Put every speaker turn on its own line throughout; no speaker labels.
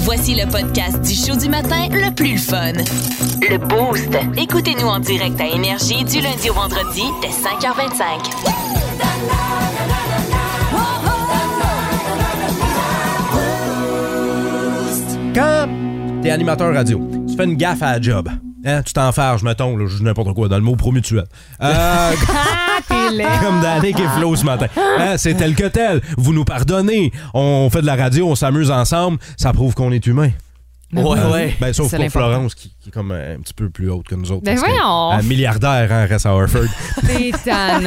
Voici le podcast du show du matin le plus le fun. Le Boost. Écoutez-nous en direct à Énergie du lundi au vendredi dès 5h25.
Quand t'es animateur radio, tu fais une gaffe à la job. Hein, tu t'enfarges, mettons, là, je dis n'importe quoi, dans le mot promutuel. Euh,
Ah,
comme Danick et Flo ce matin. Hein, c'est tel que tel. Vous nous pardonnez. On fait de la radio, on s'amuse ensemble. Ça prouve qu'on est humain.
Ouais, ouais.
Ben, sauf
C'est
pour
l'important.
Florence, qui, qui est comme euh, un petit peu plus haute que nous autres.
Ben
parce que,
voyons.
euh, milliardaire, hein, reste à Harford.
T'es tannant,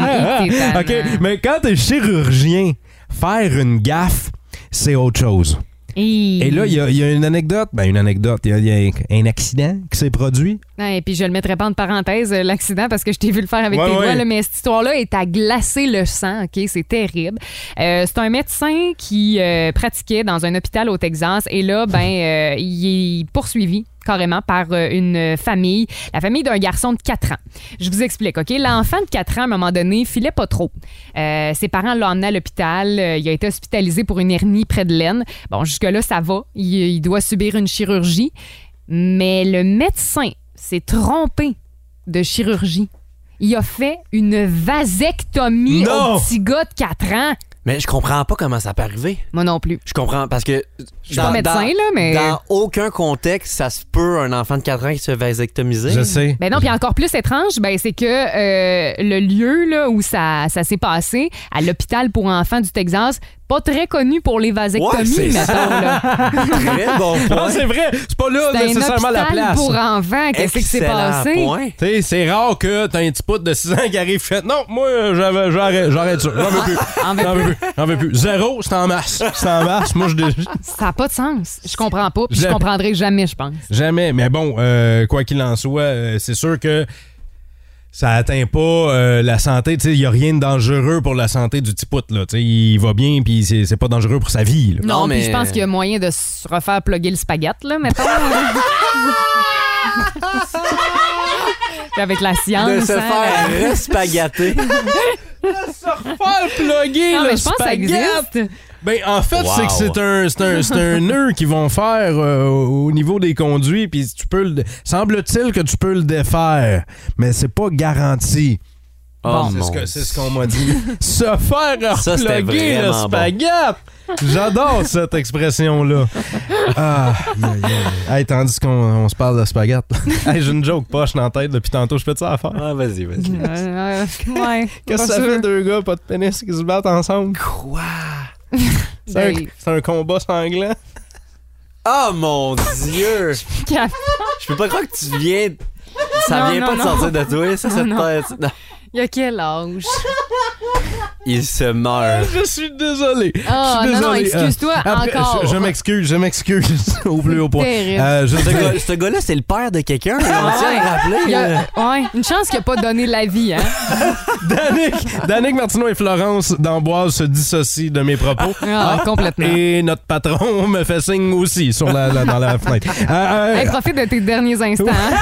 man. Il est tannant.
OK, mais quand t'es chirurgien, faire une gaffe, c'est autre chose.
Hi.
Et là, il y, a- il y a une anecdote. Ben, une anecdote. Il y a- il y, a un accident qui s'est produit.
Non, et puis je le mettrai pas en parenthèse, euh, l'accident, parce que je t'ai vu le faire avec
Ouais,
tes
ouais.
doigts, là, mais cette histoire-là est à glacer le sang, OK? C'est terrible. Euh, c'est un médecin qui euh, pratiquait dans un hôpital au Texas et là, ben, euh, il est poursuivi carrément par euh, une famille, la famille d'un garçon de 4 ans. Je vous explique, OK? L'enfant de 4 ans, à un moment donné, filait pas trop. Euh, ses parents l'ont emmené à l'hôpital. Euh, il a été hospitalisé pour une hernie près de l'aine. Bon, jusque-là, ça va. Il- il doit subir une chirurgie. Mais le médecin s'est trompé de chirurgie. Il a fait une vasectomie
Non!
au petit gars de 4 ans.
Mais je comprends pas comment ça peut arriver.
Moi non plus.
Je comprends parce que.
Je suis pas médecin, là, mais-
Dans aucun contexte, ça se peut un enfant de 4 ans qui se fait vasectomiser.
Je sais.
Ben non, puis encore plus étrange, ben c'est que euh, le lieu là, où ça, ça s'est passé, à l'hôpital pour enfants du Texas, pas très connu pour les
Ouais,
vasectomies,
c'est
mettons. là.
Très bon
Ah,
point.
c'est vrai. C'est pas là
C'est un
nécessairement la
hôpital
place.
pour enfants. Qu'est-ce qui s'est
Excellent
passé?
point.
Tu sais, c'est rare que t'as un petit pote de 6 ans qui arrive fait Non, moi, euh, j'avais- j'arrête j'arrête ça. J'en veux plus. J'en veux plus. J'en veux plus. Zéro, c'est en masse. C'est en masse. Moi, je. dé-
Ça n'a pas de sens. Je comprends pas, puis je
Jamais.
comprendrai jamais, je pense.
Jamais. Mais bon, euh, quoi qu'il en soit, euh, c'est sûr que ça atteint pas euh, la santé. Tu sais, il n'y a rien de dangereux pour la santé du petit pote. Là. Tu sais, Il va bien, puis c'est c'est pas dangereux pour sa vie. là.
Non,
Non,
mais
mais-
je pense qu'il y a moyen de se refaire plugger le spaghette, là, mettons. Puis avec la science.
De se
hein.
faire respagater.
Pas plugger,
Non,
le
mais je pense que ça
spaghette.
existe.
Ben, en fait,
Wow.
c'est que c'est un, c'est un, c'est un nœud qu'ils vont faire euh, au niveau des conduits, puis tu peux le. Semble-t-il que tu peux le défaire, mais c'est pas garanti.
Oh,
c'est
mon
ce que- c'est ce qu'on m'a dit. Se faire
Ça, c'était
reploguer le
vraiment bon.
spaghette! J'adore cette expression-là. Ah, aïe, aïe, aïe. Hey, tandis qu'on on se parle de spaghette, hey, j'ai une joke poche dans la tête depuis tantôt, je fais de ça à faire.
Ah, vas-y, vas-y.
Euh, euh, ouais,
Qu'est-ce
pas
que ça
sûr.
fait deux gars, pas de pénis, qui se battent ensemble?
Quoi?
C'est un,
Ben-
c'est un combat sanglant.
Oh mon dieu!
Cap-
Je peux pas croire que tu viens. Ça
Non,
vient
non,
pas de
non.
sortir de toi, ça, cette tête. Non.
Il y a quel âge?
Il se meurt.
Je suis désolé.
Ah,
je suis
non, non,
désolé.
excuse-toi,
Euh, après,
encore.
Je, je m'excuse, je m'excuse au plus haut point.
terrible.
Euh, je
Ce
sais que-
gars- ce gars-là, c'est le père de quelqu'un, on tient
Ah ouais.
à le
Il y
rappeler. euh.
a- ouais, une chance qu'il n'a pas donné la vie, hein?
Danick, Danick Martineau et Florence d'Amboise se dissocient de mes propos.
Ah, complètement.
Et notre patron me fait signe aussi sur la, la- dans la fenêtre. Euh, euh,
Hey, profite de tes derniers instants. hein.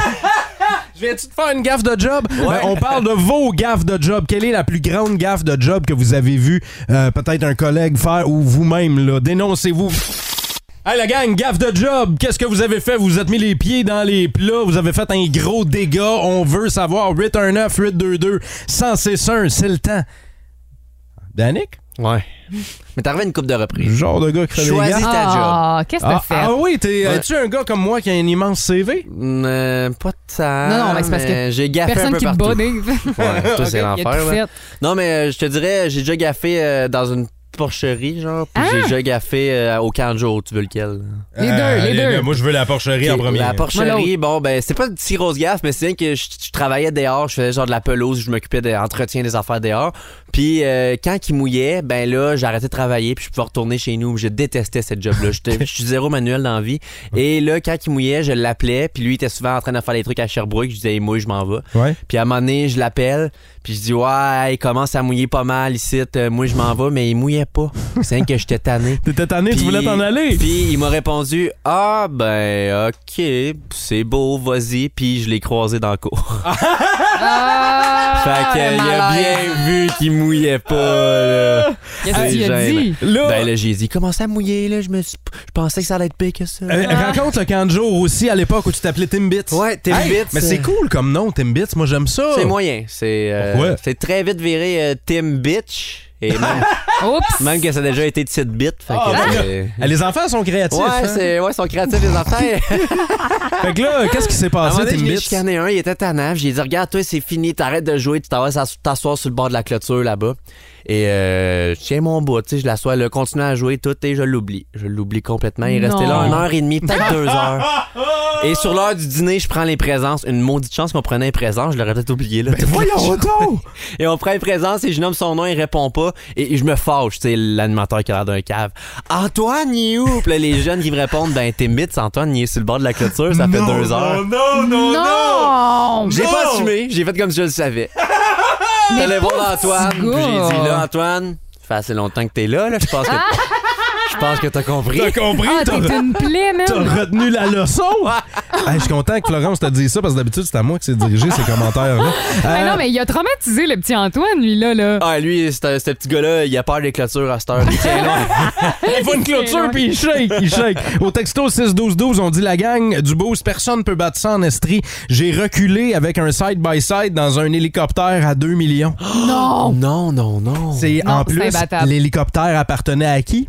je Viens-tu te faire une gaffe de job? Ben, on parle de vos gaffes de job. Quelle est la plus grande gaffe de job que vous avez vue euh, peut-être un collègue faire ou vous-même? là? Dénoncez-vous. Hey la gang, gaffe de job, qu'est-ce que vous avez fait? Vous vous êtes mis les pieds dans les plats, vous avez fait un gros dégât, on veut savoir. 819 822 1061 c'est le temps. Danick?
Ouais. Mais t'arrives à une coupe de
Le
reprise.
genre de gars qui fait des
Choisis
gaffes.
ta job.
Ah, qu'est-ce que t'as
Ah,
fait?
ah oui, t'es-
Ouais.
es-tu un gars comme moi qui a un immense CV?
Mm, euh, pas tant.
Non, non, mais c'est parce que
J'ai gaffé un
Personne
peu
qui te bat,
partout.
Dave.
Ouais, toi, c'est
Il a tout
l'enfer. là.
fait.
Non, mais euh, je te dirais, j'ai déjà gaffé euh, dans une porcherie, genre. Puis
Ah!
j'ai déjà gaffé euh, au camp de jour. Tu veux lequel?
Les deux, les deux.
Ah, Moi, je veux la porcherie en
Ok,
premier.
La
Moi,
porcherie, bon, ben, c'était pas une si grosse gaffe, mais c'est bien que je, je travaillais dehors, je faisais genre de la pelouse, je m'occupais de l'entretien des affaires dehors. Puis euh, quand il mouillait, ben là, j'arrêtais de travailler, puis je pouvais retourner chez nous. Je détestais cette job-là. J'étais- Je suis zéro manuel dans la vie. Et là, quand il mouillait, je l'appelais, puis lui il était souvent en train de faire des trucs à Sherbrooke. Je disais, moi, je m'en vais.
Ouais.
Puis à un moment donné, je l'appelle, Puis je dis, ouais, il commence à mouiller pas mal ici. Euh, Moi, je m'en vais, mais il mouillait pas. C'est rien que j'étais tanné.
T'étais tanné, tu
Puis-
voulais t'en aller.
Puis il m'a répondu Ah, ben, ok, c'est beau, vas-y. Puis je l'ai croisé dans le cours.
Ah,
fait qu'il a bien vu qu'il mouillait pas, là.
Qu'est-ce
C'est
qu'il a
gênant.
dit?
Là,
Ben là, j'ai dit Comment ça mouiller, là Je, me suis- je pensais que ça allait être pire que ça.
euh,
Ah.
raconte le camp de jour aussi à l'époque où tu t'appelais Timbits.
Ouais, Timbits.
Hey, mais c'est cool comme nom, Timbits. Moi, j'aime ça.
C'est moyen. C'est euh,
Pourquoi?
c'est très vite viré euh, Tim Bitch. Et même,
Oups!
même que ça a déjà été Tit Bit. Fait que,
Ah, ben
euh,
Ah, Les enfants sont créatifs.
Ouais,
hein?
c'est ouais, ils sont créatifs les affaires.
Fait que là, qu'est-ce qui s'est
À un moment
passé,
donné, je l'ai
Timbits?
chicané un, il était tannant. J'ai dit, regarde, toi, c'est fini, t'arrêtes de jouer, tu t'en vas s'as- t'asseoir sur le bord de la clôture là-bas. Et euh, je tiens mon bout, tu sais, je l'assois, là, continue à jouer, tout, et je l'oublie. Je l'oublie complètement. Il restait
Non.
là une heure et demie, peut-être deux heures.
Ah!
Et sur l'heure du dîner, je prends les présences. Une maudite chance qu'on prenait les présences, je l'aurais peut-être oublié, là.
Ben Voyons donc!
Et on prend les présences et je nomme son nom, il répond pas. Et je me fâche, tu sais, l'animateur qui a l'air d'un cave. Antoine, il est où? Puis là, les jeunes qui me répondent, ben, t'es mythe, Antoine, il est sur le bord de la clôture, ça fait deux heures.
Non,
non!
J'ai
Non!
pas assumé, j'ai fait comme si je le savais.
Mais
J'allais voir
pauvre
Antoine,
petit
puis j'ai
gars.
dit là Antoine, ça fait assez longtemps que t'es là, là, je pense que je pense que t'as compris.
T'as compris?
Ah,
t'as-
t'es une plaie,
T'as
man!
retenu la leçon? Hey, je suis content que Florence t'a dit ça parce que d'habitude, c'est à moi que c'est dirigé ces commentaires-là.
Ah non, mais il a traumatisé le petit Antoine, lui, là, là.
Ah lui, ce ce petit gars-là, il a peur des clôtures à cette heure. Il tient long.
Il faut une clôture puis il shake, il shake. Au texto 6-12-12, on dit la gang du boost, personne peut battre ça en estrie. J'ai reculé avec un side-by-side dans un hélicoptère à 2 millions.
non, non, non.
C'est
Oh. Non,
en
c'est
plus,
imbattable.
l'hélicoptère appartenait à qui?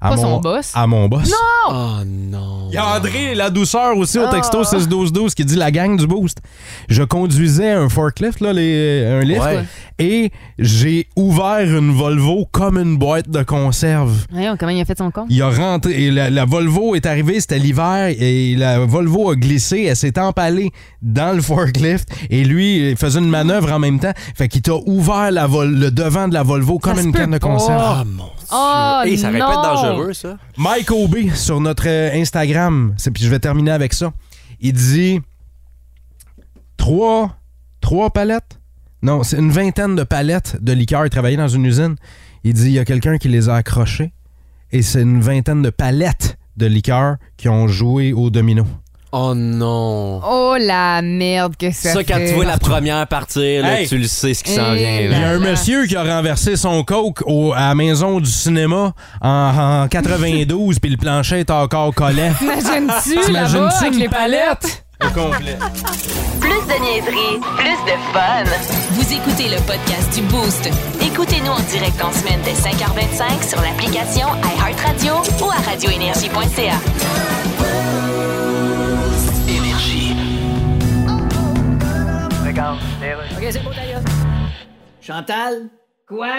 À
Pas son boss.
À mon boss.
Oh non.
Il y a André la douceur aussi
Ah.
au texto 6-12-12 qui dit la gang du boost. Je conduisais un forklift, là, les- un lift,
Ouais.
et j'ai ouvert une Volvo comme une boîte de conserve.
Voyons, comment il a fait son compte?
Il a rentré, et la, la Volvo est arrivée, c'était l'hiver, et la Volvo a glissé, elle s'est empalée dans le forklift, et lui il faisait une manœuvre en même temps. Fait qu'il t'a ouvert la vol- le devant de la Volvo comme
Ça se
une
peut
canne de
pas.
conserve.
Ah mon dieu.
Oh,
Hey, ça aurait pu
non.
être dangereux ça.
Mike Aubé sur notre euh, Instagram, c'est puis je vais terminer avec ça. Il dit trois trois palettes. Non, c'est une vingtaine de palettes de liqueur travaillées dans une usine. Il dit il y a quelqu'un qui les a accrochées et c'est une vingtaine de palettes de liqueur qui ont joué au domino.
Oh non.
Oh la merde que ça
Ça, quand
fait.
tu vois la première partir, là,
Hey.
tu le sais ce qui s'en
Hey.
vient.
Il y
là.
a un monsieur qui a renversé son coke au- à la maison du cinéma en, en 92 puis le plancher est encore collant.
T'imagines-tu là-bas
T'imagines-tu
avec
une
les palettes?
Au complet.
Plus de niaiserie, plus de fun. Vous écoutez le podcast du Boost. Écoutez-nous en direct en semaine dès 5h25 sur l'application iHeartRadio ou à radioénergie.ca.
Chantal,
Quoi?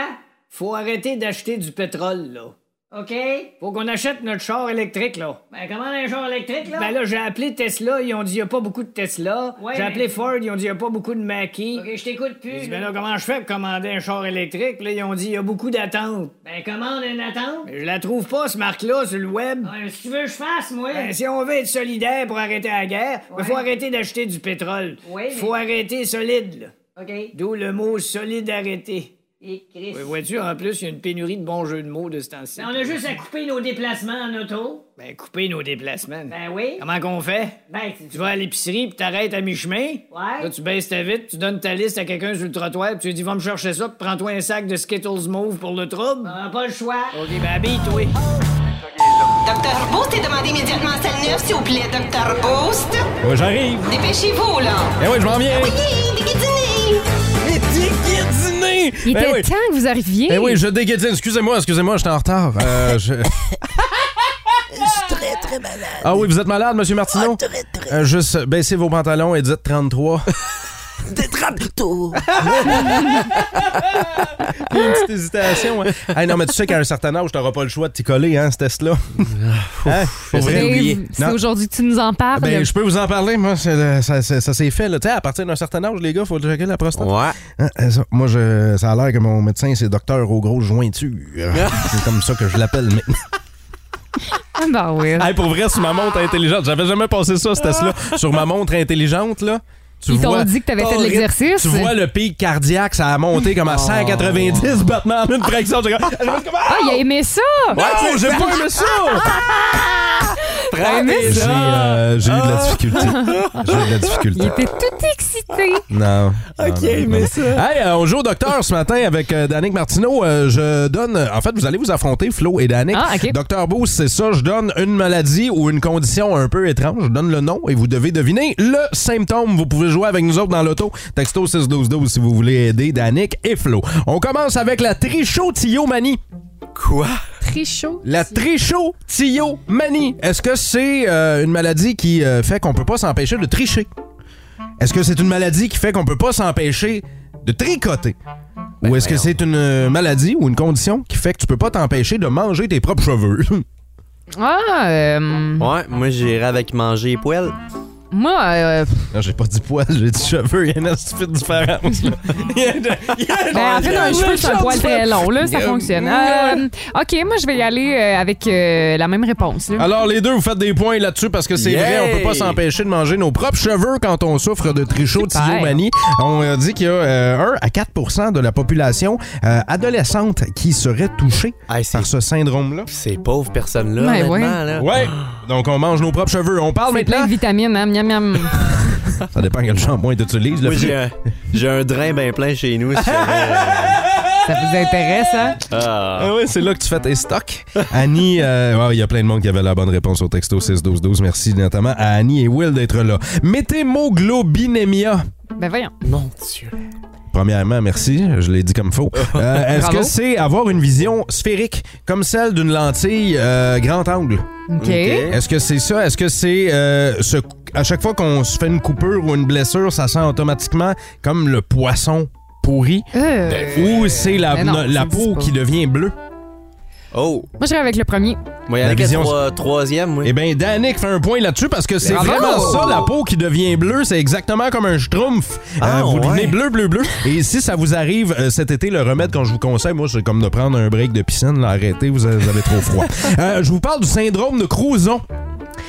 faut arrêter d'acheter du pétrole, là.
OK?
Faut qu'on achète notre char électrique, là.
Ben, comment un genre électrique, là?
Ben là, j'ai appelé Tesla, ils ont dit y a pas beaucoup de Tesla.
Ouais,
j'ai
mais-
appelé Ford, ils ont dit y a pas beaucoup de Mackie.
OK, je t'écoute
J'ai
plus.
dit, ben
là.
là, comment je fais pour commander un char électrique? Là, ils ont dit y a beaucoup d'attentes.
Ben, commande une attente.
Mais Je la trouve pas, ce marque-là, sur le web.
Ben, si tu veux que je fasse, moi.
Ben, si on veut être solidaire pour arrêter la guerre, il
Ouais.
faut arrêter d'acheter du pétrole. Il
Ouais, mais-
Faut arrêter solide, là.
OK.
D'où le mot solidarité.
Et Chris.
Ouais, Vois-tu, en plus, il y a une pénurie de bons jeux de mots de ce temps-ci.
Ben, on a juste à couper nos déplacements en auto.
Ben, couper nos déplacements.
Ben oui.
Comment qu'on fait?
Ben, tu
Tu vas à l'épicerie puis t'arrêtes à mi-chemin.
Ouais.
Là, tu baisses ta vite, tu donnes ta liste à quelqu'un sur le trottoir puis tu lui dis va me chercher ça puis prends-toi un sac de Skittles Mauve pour le trouble.
On n'a pas le choix.
OK, ben habille-toi.
Docteur Boost est demandé immédiatement à salle 9, s'il vous plaît. Docteur Boost,
Ouais, J'arrive.
dépêchez-vous, là.
Eh oui, je m'en viens.
Hi, diguidini.
Déguédiné!
Il
Ben
était
oui.
temps que vous arriviez.
Ben
Eh oui, je déguédine. Excusez-moi, excusez-moi, j'étais en retard. Euh, je... suis très, très malade. Ah oui, vous êtes malade, Monsieur Martineau? Euh, juste euh, baissez vos pantalons et dites 33. Il y a une petite hésitation. Hein. Hey, non, mais tu sais qu'à un certain âge, t'auras pas le choix de t'y coller, hein, ce test-là. Hein? Pour
j'essaie
vrai?
de oublier.
Et Ah, C'est
Non.
aujourd'hui que tu nous en parles.
Ben, je peux vous en parler, moi, c'est, euh, ça, ça- ça s'est fait. Là. Tu sais, À partir d'un certain âge, les gars, faut checker la prostate.
Ouais.
Hein, euh, ça- moi, je, ça a l'air que mon médecin, c'est docteur aux grosses jointures. c'est comme ça que je l'appelle maintenant.
Ah, ben oui.
Ah. Hey, pour vrai, sur ma montre intelligente, j'avais jamais passé ça, ce test-là. Sur ma montre intelligente, là, Tu
Ils t'ont
vois-
dit que t'avais fait de
Horrible.
l'exercice.
Tu vois le pic cardiaque, ça a monté comme à 190 battements en une fraction. J'ai comme- j'ai comme-
Ah, il a aimé ça!
Ouais, oh, j'ai pas aimé ça!
Prends tes
J'ai
jambes.
euh, j'ai eu de la difficulté. J'ai eu de la difficulté.
Il était tout excité.
Non.
Ok, mais ça-
Hey, euh, on joue au docteur ce matin avec euh, Danick Martineau. Euh, je donne. euh, en fait, vous allez vous affronter, Flo et Danick.
Ah, ok.
Docteur Boost, c'est ça. Je donne une maladie ou une condition un peu étrange. Je donne le nom et vous devez deviner le symptôme. Vous pouvez jouer avec nous autres dans l'auto. Texto 61212 si vous voulez aider Danick et Flo. On commence avec la trichotillomanie.
Quoi?
Très chaud.
La trichotillomanie. Est-ce que c'est euh, une maladie qui euh, fait qu'on peut pas s'empêcher de tricher? Est-ce que c'est une maladie qui fait qu'on peut pas s'empêcher de tricoter? ou est-ce que
voyons.
c'est une euh, maladie ou une condition qui fait que tu peux pas t'empêcher de manger tes propres cheveux?
Ah, euh,
Ouais, moi j'irai avec manger et poêle.
moi, euh,
non, j'ai pas dit poil, j'ai dit cheveux. Il y en a une différence. là. Il y a de- il y a de-
ben, en fait, un cheveu, c'est un poil très long, là, ça
Euh,
fonctionne.
ouais.
Euh, OK, moi, je vais y aller euh, avec euh, la même réponse. là.
Alors, les deux, vous faites des points là-dessus parce que c'est
Yeah!
vrai, on peut pas s'empêcher de manger nos propres cheveux quand on souffre de trichotillomanie. On euh, dit qu'il y a euh, 1 à 4 de la population euh, adolescente qui serait touchée
Ah, c'est-
par ce syndrome-là.
Ces pauvres personnes-là,
Ben
honnêtement,
ouais.
là.
Ouais, donc on mange nos propres cheveux. On parle
C'est plein
maintenant.
de vitamines, hein, miam, miam.
Ça dépend quel shampoing tu utilises. Le
Moi,
plus-
j'ai un, j'ai un drain bien plein chez nous. si jamais,
Ça vous intéresse, hein?
euh, ah.
Ah ouais, c'est là que tu fais tes stocks. Annie, euh, ouais, il y a plein de monde qui avait la bonne réponse au texto 6-12-12. Merci notamment à Annie et Will d'être là. Métémoglobinémia.
Ben voyons.
Mon Dieu.
Premièrement, merci, je l'ai dit comme faux. Euh, Est-ce
Bravo.
que c'est avoir une vision sphérique comme celle d'une lentille euh, grand angle?
OK.
Ok.
Est-ce que c'est ça? Est-ce que c'est euh, ce- à chaque fois qu'on se fait une coupure ou une blessure, ça sent automatiquement comme le poisson pourri?
Euh,
ou c'est la,
mais ben non,
la
tu le dis
peau
pas.
qui devient bleue?
Oh!
Moi, je vais avec le premier.
Moi, il y
La
en a
vision-
troisième, moi.
Eh bien, Danick fait un point là-dessus parce que c'est
Bravo!
vraiment ça, la peau qui devient bleue. C'est exactement comme un schtroumpf. Euh,
Ah,
vous devenez
ouais.
bleu, bleu, bleu. Et si ça vous arrive euh, cet été, le remède qu'on je vous conseille, moi, c'est comme de prendre un break de piscine, là, arrêtez, vous avez vous avez trop froid. Euh, je vous parle du syndrome de Crouzon.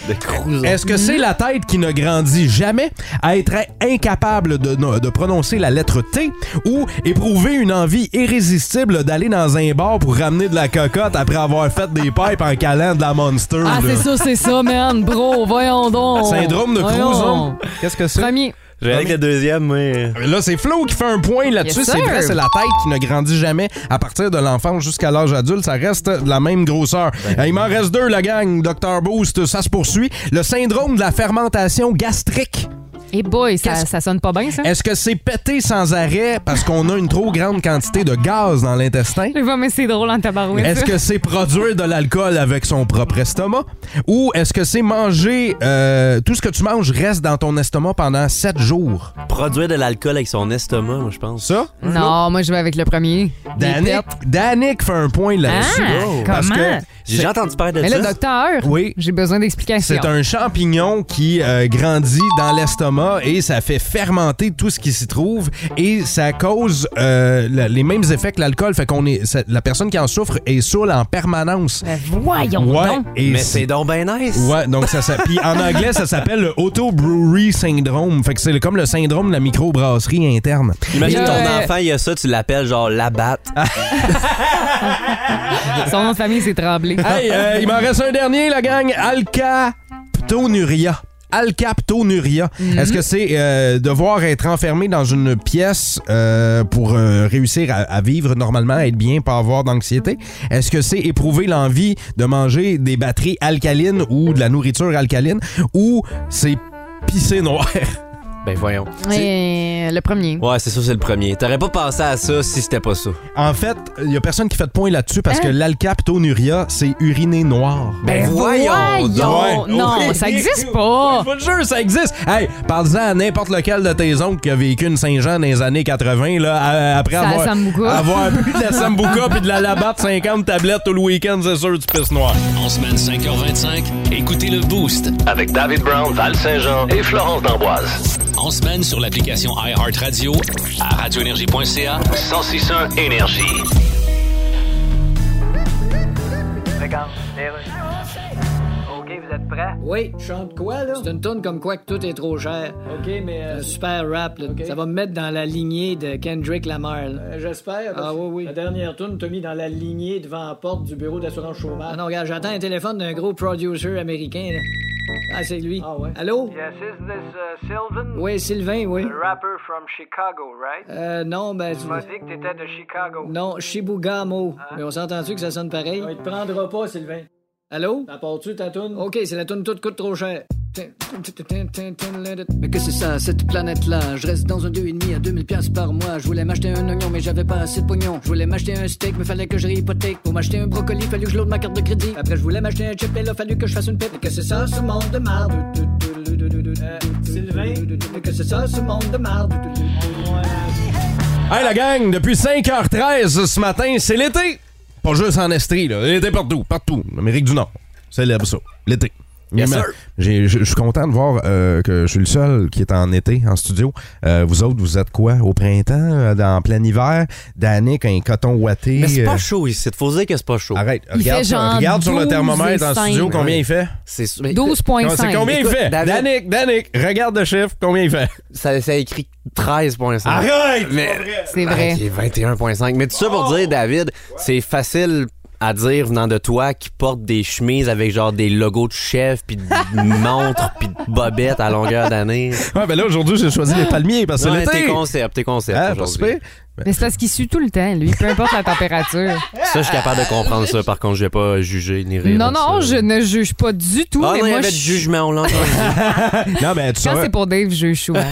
Eh
De hein. Cruzon.
Est-ce que
Mhm.
c'est la tête qui ne grandit jamais, à être incapable de, de prononcer la lettre T ou éprouver une envie irrésistible d'aller dans un bar pour ramener de la cocotte après avoir fait des pipes en calant de la Monster?
Ah,
là?
c'est ça, c'est ça, man. Bro, voyons donc.
Syndrome de
Oh. Voyons.
Crouzon. Qu'est-ce que c'est?
Premier.
Je vais avec le deuxième, moi.
Là, c'est Flo qui fait un point là-dessus.
Yes,
c'est
sir.
vrai, c'est la tête qui ne grandit jamais à partir de l'enfance jusqu'à l'âge adulte. Ça reste de la même grosseur.
Ben
Euh, Il m'en reste deux, la gang. Dr Boost, ça se poursuit. Le syndrome de la fermentation gastrique.
Et boy, ça, ça sonne pas bien, ça.
Est-ce que c'est pété sans arrêt parce qu'on a une trop grande quantité de gaz dans l'intestin?
Je vois, mais c'est drôle en tabarouette.
Est-ce
ça.
que c'est produire de l'alcool avec son propre estomac? Ou est-ce que c'est manger... euh, tout ce que tu manges reste dans ton estomac pendant sept jours?
Produire de l'alcool avec son estomac, moi, je pense.
Ça?
Non, moi, je vais avec le premier.
Danick, Danick fait un point là-dessus.
Ah,
Oh. parce
comment?
que
J'ai
c'est-
déjà entendu parler de
Mais
ça.
le docteur,
Oui.
j'ai besoin d'explications.
c'est un champignon qui euh, grandit dans l'estomac et ça fait fermenter tout ce qui s'y trouve et ça cause euh, la- les mêmes effets que l'alcool. Fait qu'on est ça- la personne qui en souffre est saoule en permanence.
Ben voyons
ouais,
donc.
et
Mais c'est donc bien nice.
Ouais, donc ça s'appelle. Puis en anglais, ça s'appelle le auto brewery syndrome. Fait que c'est comme le syndrome de la microbrasserie interne.
Imagine
Mais,
ton
euh,
enfant, il y a ça, tu l'appelles genre la batte.
Ah.
Son nom de famille, c'est Tremblay.
Hey, euh, il m'en reste un dernier, la gang. Alcaptonuria. Alcaptonuria.
Mhm.
Est-ce que c'est euh, devoir être enfermé dans une pièce euh, pour euh, réussir à, à vivre normalement, à être bien, pas avoir d'anxiété? Est-ce que c'est éprouver l'envie de manger des batteries alcalines ou de la nourriture alcaline? Ou c'est pisser noir?
Ben voyons.
Ouais, Euh, le premier.
Ouais, c'est ça, c'est le premier. T'aurais pas pensé à ça si c'était pas ça.
en fait, il y a personne qui fait de point là-dessus parce que
Hein?
l'alcaptonuria, c'est uriner noir.
Ben voyons,
donc.
Non,
Oui.
ça existe pas.
Je
Oh!
vous le jure, ça existe. Hey, parle-en à n'importe lequel de tes oncles qui a vécu une Saint-Jean dans les années 80, là, à- après
Ça,
avoir,
Sambuca.
avoir bu de la Sambuca puis de la Labatte 50 tablettes tout le week-end, c'est sûr, tu pisses noir.
En semaine 5h25, écoutez le Boost.
Avec David Brown, Val Saint-Jean et Florence D'Amboise.
En semaine sur l'application iHeartRadio, à radioénergie.ca.
1061 Énergie.
Regarde, les rues. OK, vous avez êtes prêts?
Oui, chante quoi, là? C'est une tourne comme quoi que tout est trop cher. OK, mais. euh, Un super rap, là. Ça va me mettre dans la lignée de Kendrick Lamar, là. J'espère. Ah oui, oui. La dernière tourne t'a mis dans la lignée devant la porte du bureau d'assurance chômage. Ah non, regarde, j'attends un téléphone d'un gros producer américain, là. Ah, c'est lui. Ah ouais. Allô?
Yes, is this uh, Sylvan?
Oui, Sylvain, oui.
The rapper from Chicago, right?
Euh, non, ben.
Tu m'as dit que t'étais de Chicago.
Non, Shibugamo. Mais on s'entend-tu que ça sonne pareil? On ne te prendra pas, Sylvain. Allô? T'apportes-tu ta toune? OK, c'est la toune toute coûte trop cher. Mais que c'est ça, cette planète-là? Je reste dans un 2,5 à 2000 piastres par mois. Je voulais m'acheter un oignon, mais j'avais pas assez de pognon. Je voulais m'acheter un steak, mais fallait que je réhypothèque. Pour m'acheter un brocoli, fallu que je load ma carte de crédit. Après, je voulais m'acheter un chip, mais là, fallu que je fasse une pipe. Mais que c'est ça, ce monde de marde? Euh, Sylvain? Mais que c'est ça, ce monde de marde?
Hey la gang, depuis 5h13 ce matin, c'est l'été. Pas juste en Estrie, là. L'été partout, partout. Amérique du Nord. Célèbre ça. L'été.
Yes,
Vraiment.
sir.
J'ai- Je je suis content de voir euh, que je suis le seul qui est en été, en studio. Euh, vous autres, vous êtes quoi? Au printemps, euh, dans- en plein hiver? Danick, un coton ouaté.
Mais c'est
euh, Ah.
pas chaud ici. Faut dire que c'est pas chaud.
Arrête,
Il
regarde,
fait
sur-
genre
regarde sur le
12
thermomètre
et
en
cinq.
studio combien
Ouais.
il fait.
C'est mais-
C'est
12,5.
combien il
Écoute,
fait?
David-
Danick, Danick, regarde le chiffre, combien il fait?
Ça, ça écrit 13,5.
Arrête!
Mais
C'est vrai.
Ok, 21,5. Mais tout ça pour dire, David, c'est facile à dire venant de toi qui porte des chemises avec genre des logos de chef, puis de montres, puis de bobettes à longueur d'année.
Ouais, ben là, aujourd'hui, j'ai choisi les palmiers parce que
Ouais,
c'est
Tes
l'été.
concepts, tes concepts.
Hein, pas si
aujourd'hui.
pire?
Mais c'est parce qu'il sue tout le temps, lui, peu importe la température.
ça, je suis capable de comprendre ça. Par contre, je vais pas juger ni rire.
Non,
de
non, je
ça.
ne juge pas du tout.
Ah
mais
non, il y
moi,
avait du
je-
jugement, on l'a entendu.
Non, mais tu
Quand
sais,
c'est pour Dave, je juge souvent.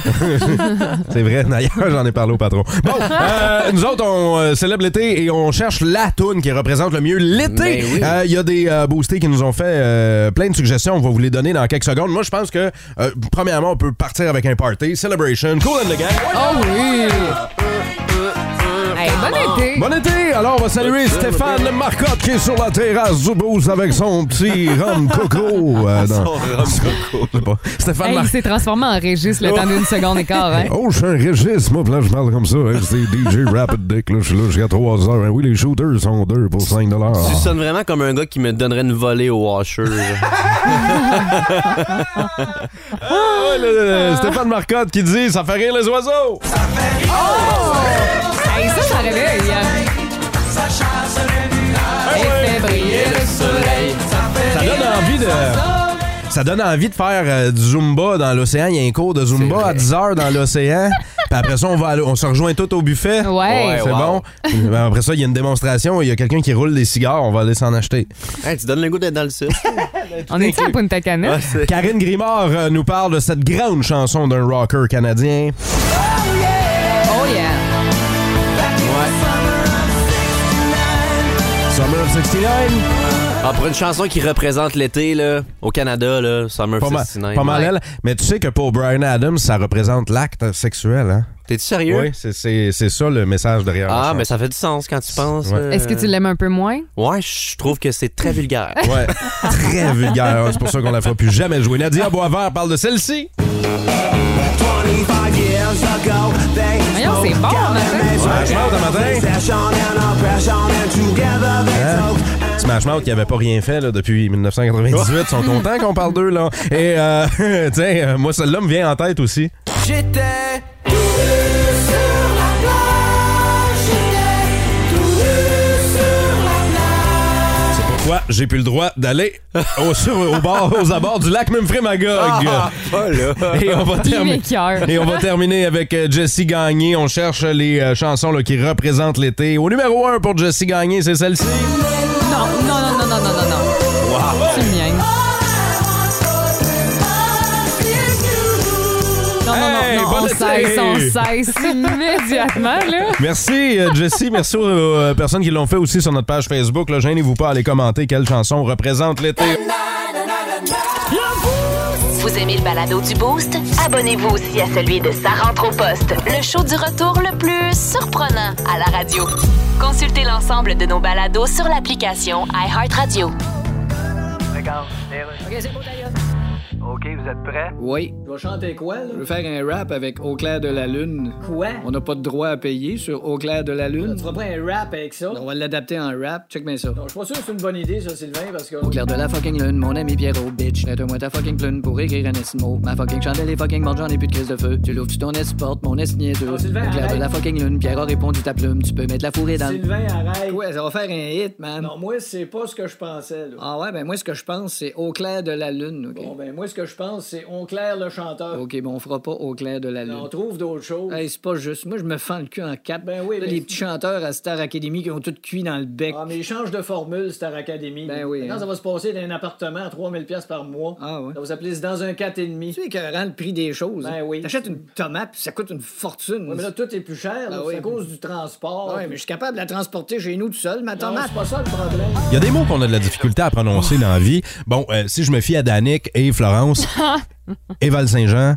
c'est vrai. D'ailleurs, j'en ai parlé au patron. Bon, euh, nous autres, on euh, célèbre l'été et on cherche la toune qui représente le mieux l'été.
Ben oui.
Euh, Il y a des euh, boostés qui nous ont fait euh, plein de suggestions. On va vous les donner dans quelques secondes. Moi, je pense que, euh, premièrement, on peut partir avec un party. Celebration, cool and the gang.
oh oui! Hey, bon été!
Bon été! Alors, on va saluer Stéphane Marcotte qui est sur la terrasse du Boost avec son petit rhum coco. euh, dans- Je sais pas. Stéphane
Hey, il
Marcotte.
s'est transformé en Régis le temps d'une seconde et quart, hein?
Oh, je suis un Régis, moi, puis là, je parle comme ça. hein, c'est DJ Rapid Dick, là, je suis là jusqu'à 3 heures. Hein. Oui, les shooters sont deux pour 5
Tu sonnes vraiment comme un gars qui me donnerait une volée au washer. là.
Ah, le- le- le Stéphane Marcotte qui dit Ça fait rire les oiseaux.
Hey, ça, ça réveille! hein. Et fait briller le soleil.
Ça donne envie de. Ça donne envie de faire euh, du Zumba dans l'océan. Il y a un cours de Zumba à 10 heures dans l'océan. Puis après ça, on, va aller- on se rejoint tout au buffet.
Ouais.
C'est
wow.
bon. Ben, Après ça, il y a une démonstration. Il y a quelqu'un qui roule des cigares. On va aller s'en acheter.
Hey, tu donnes le goût d'être dans le sud.
On est-tu à Punta Cana?
Karine Grimard euh, nous parle de cette grande chanson d'un rocker canadien.
Oh yeah!
Summer of 69.
Ah, pour une chanson qui représente l'été, là, au Canada, là, Summer
Pas, mal-
69.
pas mal elle. Mais tu sais que pour Brian Adams, ça représente l'acte sexuel. Hein?
T'es-tu sérieux?
Oui, c'est- c'est c'est ça le message derrière. la
Ah,
chanson.
mais ça fait du sens quand tu penses.
Ouais.
euh,
Est-ce que tu l'aimes un peu moins?
Ouais, je trouve que c'est très vulgaire.
Ouais, très vulgaire. hein, C'est pour ça qu'on la fera plus jamais jouer. Nadia Boisvert parle de celle-ci.
Voyons, c'est bon, hein. matin.
Smash Mouth le matin. Hein? Smash Mouth qui avait pas rien fait là, depuis 1998. Ils sont contents qu'on parle d'eux. là. Et euh, tiens, euh, moi, celle-là me vient en tête aussi.
J'étais.
C'est pourquoi j'ai plus le droit d'aller au, sur- au bord, aux abords du lac Memphremagog.
Ah!
Et on va
Il
terminer.
m'écoeure.
Et on va terminer avec euh, Jessie Gagné. On cherche les euh, chansons là, qui représentent l'été. Au numéro 1 pour Jessie Gagné, c'est celle-ci.
Non, non, non, non, non, non, non, non. Tu me niaises. Non, non,
Hey,
non, non,
bon
on
été!
cesse, on cesse immédiatement, là.
Merci, euh, Jessie. Merci aux euh, personnes qui l'ont fait aussi sur notre page Facebook. Là, gênez-vous pas à aller commenter quelle chanson représente l'été.
Vous aimez le balado du Boost? Abonnez-vous aussi à celui de Sa rentre au poste, le show du retour le plus surprenant à la radio. Consultez l'ensemble de nos balados sur l'application iHeartRadio.
Regarde,
OK, c'est bon, d'ailleurs.
OK, vous êtes prêts? Oui. Je vais chanter quoi, là? Je vais faire un rap avec Au clair de la lune. Quoi? On n'a pas de droit à payer sur Au clair de la lune. Tu feras pas un rap avec ça? on va l'adapter en rap. Check bien ça. Non, je suis pas sûr que c'est une bonne idée, ça, Sylvain, parce que... Au clair de la fucking lune, mon ami Pierrot, bitch. Prête-moi ta fucking plume pour écrire un esmo. Ma fucking chandelle est fucking morte, j'en ai plus de crise de feu. Tu l'ouvres, tu ton porte, mon es niaiseux. Au clair de la fucking lune, Pierrot a répondu ta plume. Tu peux mettre la fourrée dans le-
Sylvain, arrête.
Ouais, ça va faire un hit, man.
Non, moi, c'est pas ce que je pensais, là.
Ah ouais, ben moi, ce que je pense, c'est Au clair de la lune, OK?
Bon, ben, moi, ce que je pense, c'est On claire le chanteur.
OK, bon, on fera pas Au clair de la lune.
On trouve d'autres choses.
Hey, c'est pas juste. Moi, je me fends le cul en quatre.
Ben oui,
Là,
mais-
Les petits chanteurs à Star Academy qui ont tout cuit dans le bec.
Ah, mais ils changent de formule, Star Academy.
Ben oui,
Maintenant,
hein.
ça va se passer d'un appartement à 3000 pièces par mois.
Ah ouais.
Ça va s'appeler C'est dans un
Tu
4,5.
sais écœurant le prix des choses.
Ben
hein.
oui.
T'achètes une tomate, puis ça coûte une fortune.
Ouais, mais là, tout est plus cher.
Ah
là. c'est
oui.
à cause du transport.
Ah ouais, mais je suis capable de la transporter chez nous tout seul, ma
Non,
tomate.
c'est pas ça le problème.
Il y a des mots qu'on a de la difficulté à prononcer dans la vie. Bon, euh, si je me fie à Danick et Florence et Val-Saint-Jean,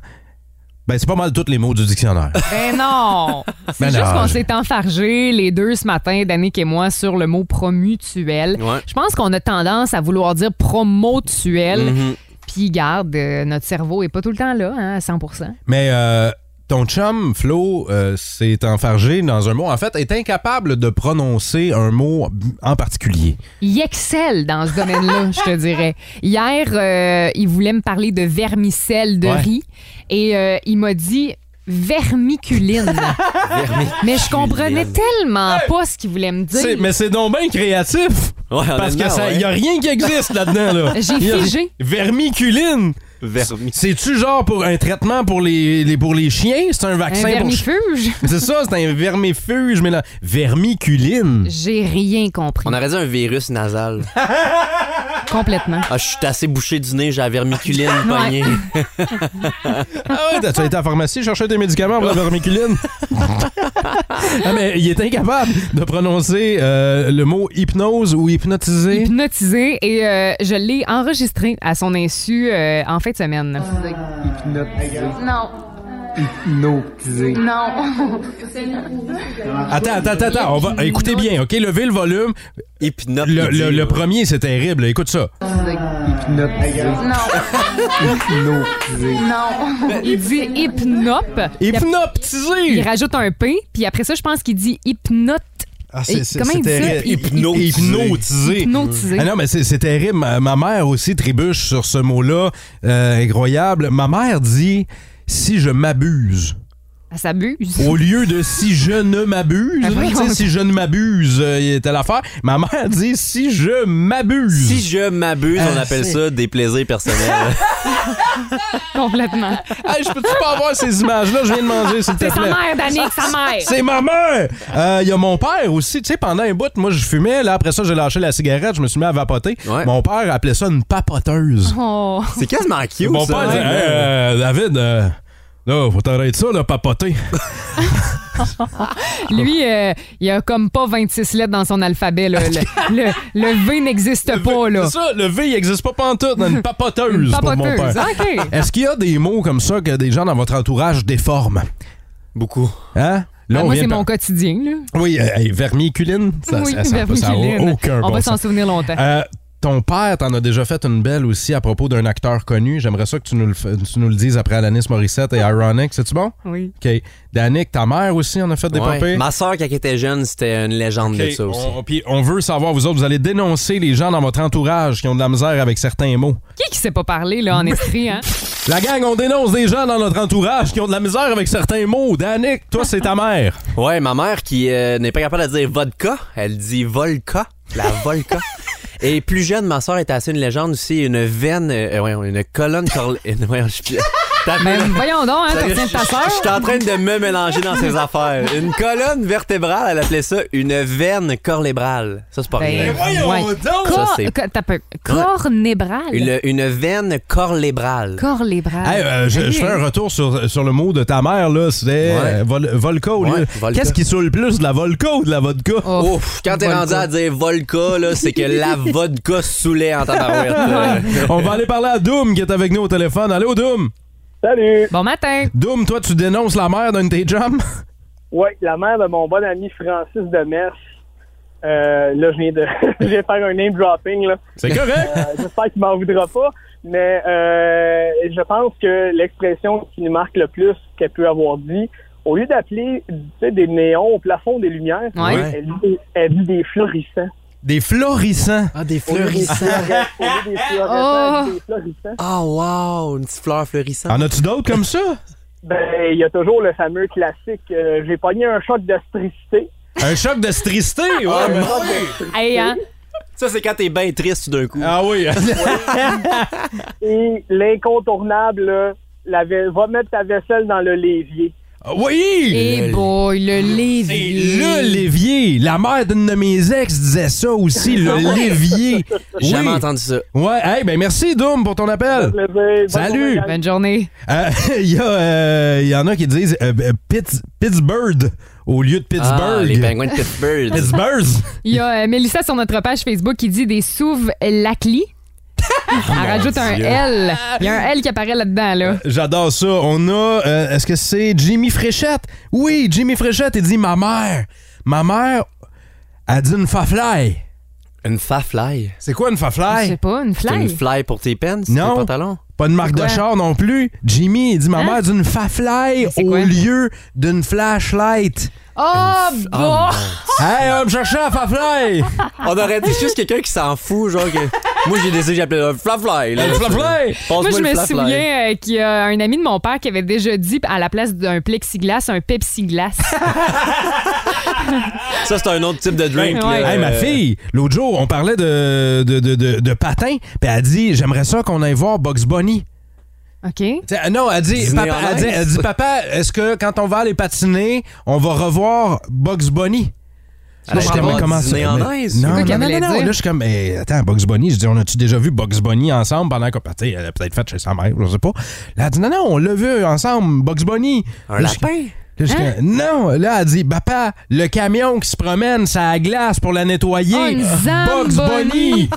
ben c'est pas mal tous les mots du dictionnaire.
Ben non! C'est
Ben
juste
non,
qu'on
je-
s'est enfargés les deux ce matin, Danick et moi, sur le mot promutuel.
Ouais.
Je pense qu'on a tendance à vouloir dire promotuel.
Mm-hmm.
Mm-hmm.
Puis, garde, euh, notre cerveau est pas tout le temps là, hein, à 100
Mais euh, ton chum, Flo, euh, s'est enfargé dans un mot. En fait, est incapable de prononcer un mot en particulier.
Il excelle dans ce domaine-là, je te dirais. Hier, euh, il voulait me parler de vermicelle de
Ouais.
riz et euh, il m'a dit vermiculine. Mais je comprenais tellement pas ce qu'il voulait me
C'est-
dire.
Mais c'est donc bien créatif!
Ouais,
Parce que
honnêtement,
ça,
ouais.
y a rien qui existe là-dedans, là.
J'ai
Y a-
figé.
Vermiculine!
Vermi-
C'est-tu genre pour un traitement pour les, les- pour les chiens? C'est un
Un
vaccin pour chiens?
vermifuge?
C'est ça, c'est un vermifuge, mais là, vermiculine.
J'ai rien compris.
On aurait dit un virus nasal.
Complètement.
Ah, je suis assez bouché du nez, j'ai la vermiculine pognée.
Ah ouais, t'as-tu été à la pharmacie chercher des médicaments pour la vermiculine? ah, mais il est incapable de prononcer euh, le mot hypnose ou hypnotisé.
Hypnotisé et euh, je l'ai enregistré à son insu euh, en fin de semaine. Non. Non.
Attends, attends, attends, attends, on va écoutez bien, OK? Levez le volume.
Hypnote.
Le, le- le premier, c'est terrible. Écoute ça. Ben,
Il dit hypnope. Il
Hypnotisé!
rajoute un P, puis après ça, je pense qu'il dit hypnote.
Ah,
Et comment il dit ça?
terrible.
Hypnotisé.
Hypnotisé.
Hypnotisé.
Ah non, mais c'est c'est terrible. Ma, ma mère aussi trébuche sur ce mot-là. Euh, incroyable. Ma mère dit si je m'abuse.
Elle s'abuse.
Au lieu de si je ne m'abuse,
Ah, voyons.
tu sais, si je ne m'abuse, euh, telle affaire. Ma mère dit si je m'abuse.
Si je m'abuse, on
Ah,
appelle
c'est-
ça des plaisirs personnels.
Complètement.
Hey, je peux-tu pas avoir ces images-là? Je viens de manger, s'il te
C'est sa
plaît.
mère, Danick, sa mère.
C'est ma mère! Euh, Il y a mon père aussi. Tu sais, pendant un bout, moi, je fumais. Là, après ça, j'ai lâché la cigarette. Je me suis mis à vapoter.
Ouais.
Mon père appelait ça une papoteuse.
Oh.
C'est quasiment cute,
Mon
ça. hein?
père
ouais.
dit, Hey, euh, David, euh, là, faut t'arrêter ça, là, papoter.
Lui, euh, il a comme pas 26 lettres dans son alphabet. Là. Le, le- le V n'existe pas. là.
C'est ça, le V, il existe pas pantoute, une papoteuse,
Ah. Une
pour mon père.
papoteuse. hein? OK. Ben,
Est-ce qu'il y a des mots comme ça que des gens dans votre entourage déforment?
Beaucoup.
Hein? Là,
Ah, moi,
vient
c'est
de-
mon quotidien. Là.
Oui, euh, hey, vermiculine, ça,
Oui,
ça, ça- ça a
vermiculine.
aucun
On
bon
va s'en
sens.
souvenir longtemps.
Euh, ton père t'en a déjà fait une belle aussi à propos d'un acteur connu. J'aimerais ça que tu nous le, fa- tu nous le dises après Alanis Morissette et Ironic. C'est-tu bon?
oui.
OK. Danick, ta mère aussi en a fait des
Ouais.
papiers.
Ma soeur, quand elle était jeune, c'était une légende de ça aussi.
On, puis on veut savoir, vous autres, vous allez dénoncer les gens dans votre entourage qui ont de la misère avec certains mots.
Qui qui sait pas parler là, en esprit? Hein?
La gang, on dénonce des gens dans notre entourage qui ont de la misère avec certains mots. Danick, toi, c'est ta mère.
Ouais, ma mère qui euh, n'est pas capable de dire vodka, elle dit volca, la volca. Et plus jeune, ma soeur était assez une légende aussi, une veine, euh, voyons, une colonne corl- une- voyons, je- T'as-
Mais voyons donc, hein,
Je
t'as rien de ta sœur. Ben,
suis en train de me mélanger dans ces affaires. Une colonne vertébrale, elle appelait ça une veine cornébrale. Ça, c'est pas
Ben,
rien.
ouais.
Ça,
Cor-
c'est-
co- t'as peu- Cornébrale.
Une, une veine cornébrale.
Corlébrale.
Hey, euh, je, je fais un retour sur, sur le mot de ta mère, là. C'était
Ouais.
euh, vol- Volca. au
Ouais,
lieu-
Volca.
Qu'est-ce qui saoule plus, de la Volca ou de la vodka?
Oh,
Ouf, quand t'es
Volca.
rendu à dire volca, là, c'est que la vodka saoulait en tabarouette.
on va aller parler à Doom qui est avec nous au téléphone. Allô, Doom?
Salut!
Bon matin.
Doom, toi, tu dénonces la mère d'un de tes jams?
Oui, la mère de mon bon ami Francis Demers. Euh, là, je viens de je viens de faire un name dropping. là.
C'est correct.
Euh, J'espère qu'il m'en voudra pas, mais euh, je pense que l'expression qui nous marque le plus qu'elle peut avoir dit, au lieu d'appeler tu sais, des néons au plafond des lumières,
Ouais.
elle, dit, elle dit des florissants.
Des florissants. Oh.
Ah, des
Au lieu des fleurettes, au lieu des fleurettes, elle dit des florissants.
Ah, wow, une petite fleur florissante.
En as-tu d'autres comme ça?
Ben, il y a toujours le fameux classique euh, j'ai pogné un choc d'astricité.
Un choc de stricité, ouais,
Un
Ah, mais-
choc d'astricité.
Hey, hein?
Ça, c'est quand t'es bien triste tout d'un coup.
Ah oui.
Et l'incontournable, là, la ve- va mettre ta vaisselle dans le lévier.
Ah oui!
Et boy, le
Et
lévier.
le lévier. La mère d'une de mes ex disait ça aussi, le lévier.
J'ai jamais
Oui.
entendu ça.
Ouais, hey, ben merci Doom pour ton appel.
Le lévier.
Salut.
Bonne journée,
Bonne journée.
Euh, Il y, a, euh, il y en a qui disent euh, euh, Pitts- Pittsburgh au lieu de Pittsburgh.
Ah, les pingouins de Pittsburgh.
Pittsburgh.
Il y a euh, Mélissa sur notre page Facebook qui dit des souves lacli. Elle rajoute un L. Il y a un L qui apparaît là-dedans, là.
J'adore ça. On a. euh, Est-ce que c'est Jimmy Fréchette? Oui, Jimmy Fréchette, il dit Ma mère. Ma mère a dit une faflaille.
Une faflaille.
C'est quoi une
Je
faflaille?
sais pas, une
C'est
fly.
une fly pour tes pants, c'est tes
Non.
pantalons.
Pas de marque
quoi?
de char non plus. Jimmy, il dit ma
Hein?
mère a dit une faflaille
c'est
au
quoi?
lieu d'une flashlight.
Oh, bon!
hey, on me cherchait la faflaille!
On aurait dit juste quelqu'un qui s'en fout, genre que. Moi, j'ai décidé que j'appelais un fly-fly. là.
Une faflaille!
Passe-moi
Moi, je
le
me
fly-fly.
souviens euh, qu'il y a un ami de mon père qui avait déjà dit à la place d'un plexiglas, un pepsiglas.
Ça, c'est un autre type de drink.
Ouais.
là.
Hey, ma fille, l'autre jour, on parlait de, de, de, de, de patin, puis elle dit J'aimerais ça qu'on aille voir Box Bunny.
OK?
T'sais, euh, non, elle dit,
Disney
papa,
en
elle dit,
Inde.
elle dit, Papa, est-ce que quand on va aller patiner, on va revoir Bugs Bunny?
Ah,
Elle
J'étais,
allait
mais
voir
comment
Disney
ça?
en
Mais-
Inde, c'est
Non,
quoi
non,
qu'elle
non, non,
voulait
non.
dire?
Là, je suis comme, eh, attends, Bugs Bunny, je dis, on a-tu déjà vu Bugs Bunny ensemble pendant qu'on partait? Elle a peut-être fait chez sa mère, je sais pas. Là, elle dit, non, non, on l'a vu ensemble, Bugs Bunny.
Un
Là, je-
lapin?
là, je suis
Hein?
comme, Non, là, elle dit, papa, le camion qui se promène, ça a glace pour la nettoyer.
Oh, une
Bugs
Zamboni.
Bunny!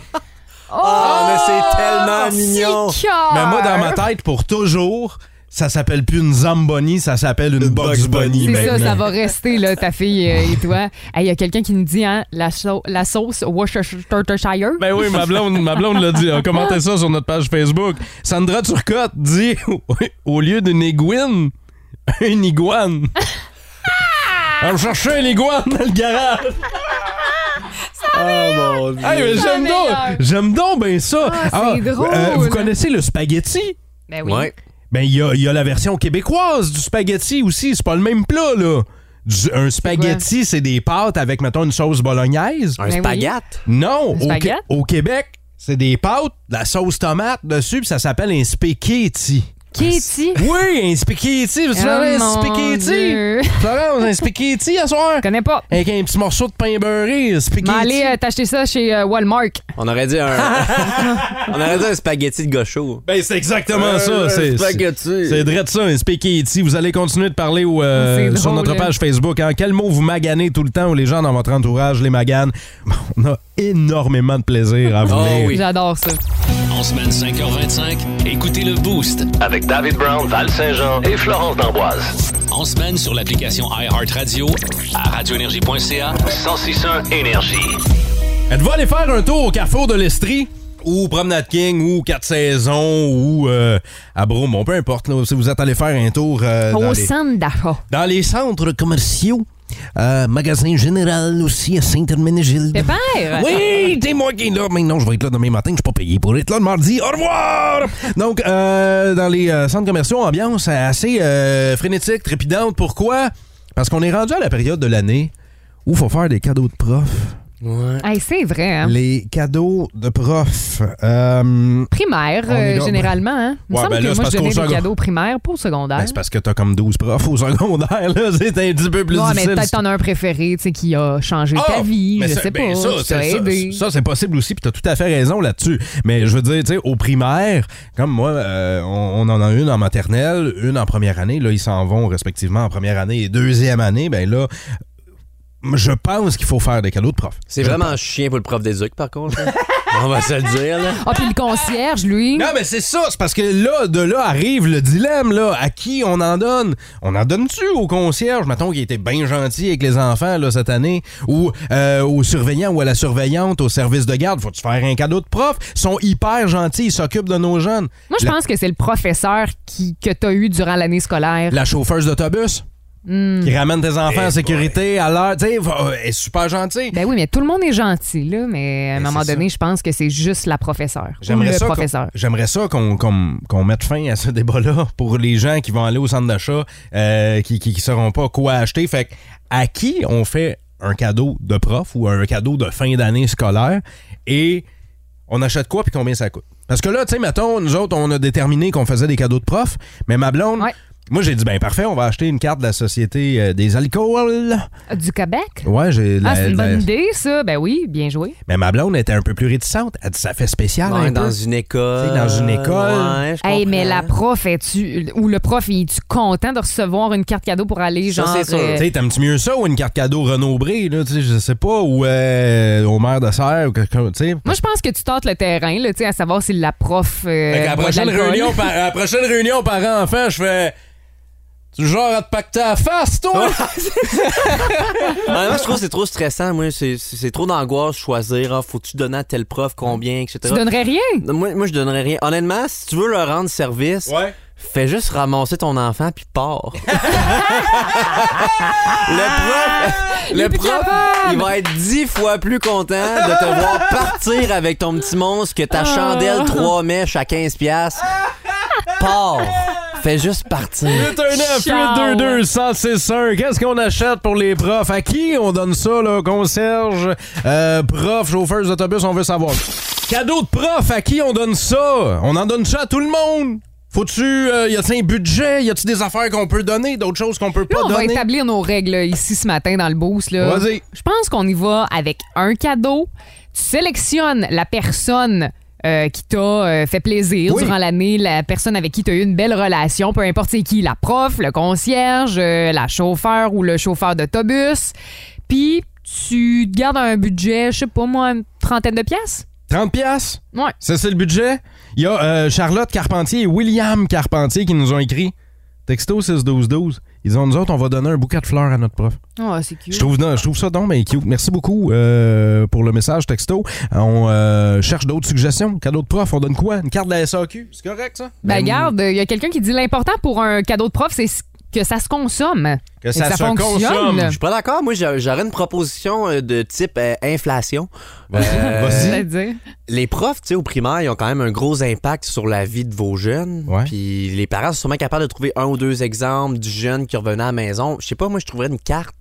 Oh,
Ah, mais c'est tellement mignon!
Mais Ben, moi, dans ma tête, pour toujours, ça s'appelle plus une Zamboni, ça s'appelle une Bugs
Bugs Bunny.
Bunny.
C'est ça,
maintenant.
ça va rester, là, ta fille euh, et toi. Hey, Il y a quelqu'un qui nous dit, hein, la, sau- la sauce Worcestershire.
Ben oui, ma blonde, ma blonde l'a dit. A commenté ça sur notre page Facebook. Sandra Turcotte dit au lieu d'une aiguine, une iguane. Elle me cherchait un iguane dans le garage.
Oh
Ah,
mon dieu!
Hey, mais
C'est
j'aime
la
donc,
meilleure.
j'aime donc ben ça.
Ah, c'est drôle.
vous connaissez le spaghetti?
Ben oui.
Ouais.
Ben, il y a, il y a la version québécoise du spaghetti aussi. C'est pas le même plat, là. Du- un spaghetti, c'est des pâtes avec, mettons, une sauce bolognaise.
Un
Ben oui.
spaghetti?
Non,
Une
au,
spaghetti?
Qué- au Québec, c'est des pâtes, de la sauce tomate dessus, puis ça s'appelle un spaghetti.
Katie.
Oui, un spaghetti. Vous savez, un
Oh mon
spaghetti.
Dieu.
Florence, un spaghetti à soir.
Je connais pas.
Avec un petit morceau de pain beurré, un spaghetti.
Mais allez euh, t'acheter ça chez euh, Walmart.
On aurait dit un. On aurait dit un spaghetti de gaucho.
Ben, c'est exactement ça. C'est, c'est-
spaghetti.
C'est vrai de ça, un spaghetti. Vous allez continuer de parler au, euh,
C'est drôle,
sur notre
hein.
page Facebook. hein. Quel mot vous maganez tout le temps ou les gens dans votre entourage les maganent? On a énormément de plaisir à vous
Oh
lire.
Oui.
J'adore ça.
En semaine 5h25, écoutez le Boost.
Avec David Brown, Val Saint-Jean et Florence D'Amboise.
En semaine sur l'application iHeartRadio, à radioénergie.ca.
1061 Énergie.
Êtes-vous allé faire un tour au carrefour de l'Estrie? Ou Promenade King, ou Quatre Saisons, ou euh, à Bromont, peu importe. là, si vous êtes allé faire un tour euh, dans,
Au
les,
centre d'achat.
dans les centres commerciaux, euh, magasin général aussi à Saint-Herménégilde.
Pépère!
Oui, t'es moi qui est là. Mais non, je vais être là demain matin. Je suis pas payé pour être là le mardi. Au revoir! Donc, euh, dans les euh, centres commerciaux, ambiance assez euh, frénétique, trépidante. Pourquoi? Parce qu'on est rendu à la période de l'année où il faut faire des cadeaux de profs.
Ouais.
Hey, c'est vrai, hein?
Les cadeaux de profs. euh,
Primaire,
On est
euh,
donc-
généralement, hein? Il me
Ouais,
semble
ben là,
que
c'est
moi,
parce
je
qu'au
donnais des
secondaire-
cadeaux primaires pour secondaire.
ben, c'est parce que t'as comme 12 profs au secondaire, là. C'est un petit peu plus
Ouais, mais
difficile.
peut-être t'en as un préféré, tu sais, qui a changé ta
Ah!
vie,
Mais
je
ça-
sais
ben,
pas,
Ça,
qui
ça,
t'a
ça-
aidé.
ça, c'est possible aussi, puis t'as tout à fait raison là-dessus. Mais je veux dire, tu sais, au primaire, comme moi, euh, on, on en a une en maternelle, une en première année. Là, ils s'en vont respectivement en première année et deuxième année. Ben là, je pense qu'il faut faire des cadeaux de prof.
C'est
Je
vraiment chien pour le prof d'éduc, par contre. On va se le dire, là.
Ah, puis le concierge, lui.
Non, mais c'est ça, c'est parce que là, de là arrive le dilemme, là. À qui on en donne? On en donne-tu au concierge, mettons, qui était bien gentil avec les enfants, là, cette année? Ou euh, au surveillant ou à la surveillante, au service de garde? Faut-tu faire un cadeau de prof? Ils sont hyper gentils, ils s'occupent de nos jeunes.
Moi, je
La-
pense que c'est le professeur qui, que tu as eu durant l'année scolaire.
La chauffeuse d'autobus?
Hmm.
Qui ramène tes enfants en sécurité à l'heure, tu sais, va- elle est super gentille.
Ben oui, mais tout le monde est gentil, là, mais à un moment
Ben, c'est
donné, je pense que c'est juste la professeure. ou
J'aimerais
le
ça, qu'on-
professeur.
j'aimerais ça qu'on qu'on- qu'on mette fin à ce débat-là pour les gens qui vont aller au centre d'achat, euh, qui ne sauront pas quoi acheter. Fait que, à qui on fait un cadeau de prof ou un cadeau de fin d'année scolaire et on achète quoi puis combien ça coûte? Parce que là, tu sais, mettons, nous autres, on a déterminé qu'on faisait des cadeaux de prof, mais ma blonde, moi, j'ai dit, ben parfait, on va acheter une carte de la Société euh, des alcools.
Du Québec?
Ouais, j'ai la-
Ah, c'est une
la-
bonne idée, ça. Ben oui, bien joué.
Mais ma blonde était un peu plus réticente. Elle dit, ça fait spécial.
Ouais,
Ah, un
dans
peu.
une école.
Tu sais, dans une école.
Ouais, je
Hey, mais
comprends.
la prof, est-tu. Ou le prof, est-tu content de recevoir une carte cadeau pour aller, genre. euh,
Tu sais, t'aimes-tu mieux ça ou une carte cadeau Renaud Bré, là, tu sais, je sais pas, ou euh, au maire de serre ou quelque chose, tu sais.
Moi, je pense que tu tentes le terrain, là, tu sais, à savoir si la prof. euh,
Fait qu'à la
boit de
prochaine
l'alcool.
réunion par- à la prochaine réunion parents-enfants, je fais. Tu genre à te pacter à face, toi!
Ah,
Honnêtement, je trouve que c'est trop stressant. Moi, c'est- c'est c'est trop d'angoisse choisir. Ah, Faut-tu donner à tel prof combien, etc.
Tu donnerais rien?
Moi, moi, je donnerais rien. Honnêtement, si tu veux leur rendre service, fais juste ramasser ton enfant puis pars. le prof, le prof, il va être dix fois plus content de te voir partir avec ton petit monstre que ta
Ah.
chandelle trois mèches à 15 piastres. Pars. Fais juste partir.
819-822-1061. Qu'est-ce qu'on achète pour les profs? À qui on donne ça, là? Concierge, euh, prof, chauffeur d'autobus, on veut savoir. Cadeau de prof, à qui on donne ça? On en donne ça à tout le monde? Faut-tu. euh, y a-t-il un budget? Y a-t-il des affaires qu'on peut donner? D'autres choses qu'on peut
Là,
pas
on va
donner?
établir nos règles là, ici ce matin dans le boost. Là.
Vas-y.
Je pense qu'on y va avec un cadeau. Tu sélectionnes la personne euh, qui t'a euh, fait plaisir durant l'année, la personne avec qui tu as eu une belle relation, peu importe c'est qui, la prof, le concierge, euh, la chauffeur ou le chauffeur d'autobus. Puis tu te gardes un budget, je sais pas moi, une trentaine de pièces.
30 piastres?
Ouais.
Ça, c'est le budget. Il y a euh, Charlotte Carpentier et William Carpentier qui nous ont écrit. Texto 6-12-12. Ils ont, nous autres, on va donner un bouquet de fleurs à notre prof.
Oh, c'est cute.
Je trouve, non, je trouve ça donc bien cute. Merci beaucoup euh, pour le message texto. On euh, cherche d'autres suggestions. Cadeau de prof, on donne quoi? Une carte de la SAQ? C'est correct, ça?
Ben, garde, il y a quelqu'un qui dit l'important pour un cadeau de prof, c'est ce- que ça se consomme.
Euh,
Et fonctionne.
Je suis pas d'accord. Moi, j'a- j'aurais une proposition euh, de type euh, inflation. Euh,
dire.
les profs, tu sais, au primaire, ils ont quand même un gros impact sur la vie de vos jeunes. Puis les parents sont sûrement capables de trouver un ou deux exemples du jeune qui revenait à la maison. Je sais pas, moi, je trouverais une carte.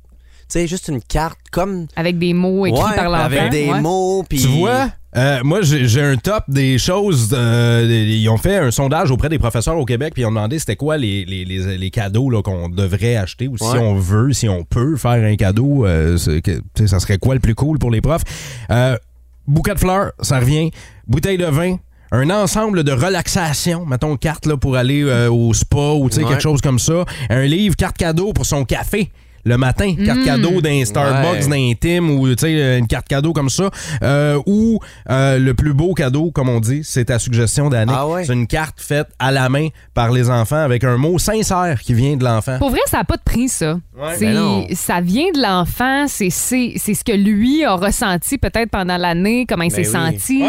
Tu sais, juste une carte comme.
Avec des mots écrits
Ouais,
par l'enfant.
Avec des
ouais.
mots, puis.
Tu vois? euh, moi, j'ai j'ai un top des choses. euh, ils ont fait un sondage auprès des professeurs au Québec, puis ils ont demandé c'était quoi les, les- les- les cadeaux là, qu'on devrait acheter ou si
Ouais.
on veut, si on peut faire un cadeau, euh, c'est que- tu sais, ça serait quoi le plus cool pour les profs? Euh, bouquet de fleurs, ça revient. Bouteille de vin. Un ensemble de relaxation, mettons carte là, pour aller euh, au spa ou tu sais,
Ouais.
quelque chose comme ça. Un livre, carte cadeau pour son café le matin, carte
Mm.
cadeau d'un Starbucks,
Ouais.
d'un intime ou tu sais, euh, une carte cadeau comme ça. Euh, ou euh, le plus beau cadeau, comme on dit, c'est ta suggestion d'année. C'est une carte faite à la main par les enfants avec un mot sincère qui vient de l'enfant.
Pour vrai, ça n'a pas de prix, ça.
Ouais.
C'est-
Ben non.
ça vient de l'enfant, c'est c'est- c'est ce que lui a ressenti peut-être pendant l'année, comment il
Ben
s'est
oui.
senti.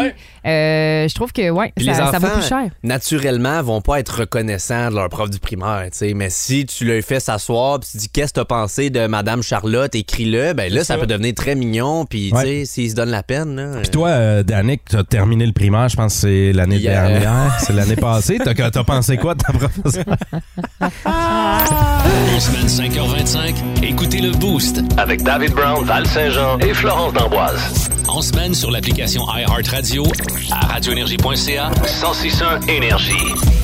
Euh, je trouve que ouais,
Puis
ça,
les
ça
enfants,
vaut plus cher.
naturellement, vont pas être reconnaissants de leur prof du primaire, tu sais. Mais si tu le fais s'asseoir, puis tu dis qu'est-ce que t'as pensé de Madame Charlotte, écris-le, ben là, ça, peut devenir très mignon, puis tu sais, s'ils se donnent la peine, là.
Puis toi, euh, Danick, t'as terminé le primaire, je pense que c'est l'année
Hier.
dernière, c'est l'année passée. T'as t'as pensé quoi de ta professeure?
En semaine 5h25, écoutez le Boost.
Avec David Brown, Val Saint-Jean et Florence D'Amboise.
En semaine sur l'application iHeartRadio à radioénergie.ca.
1061 Énergie.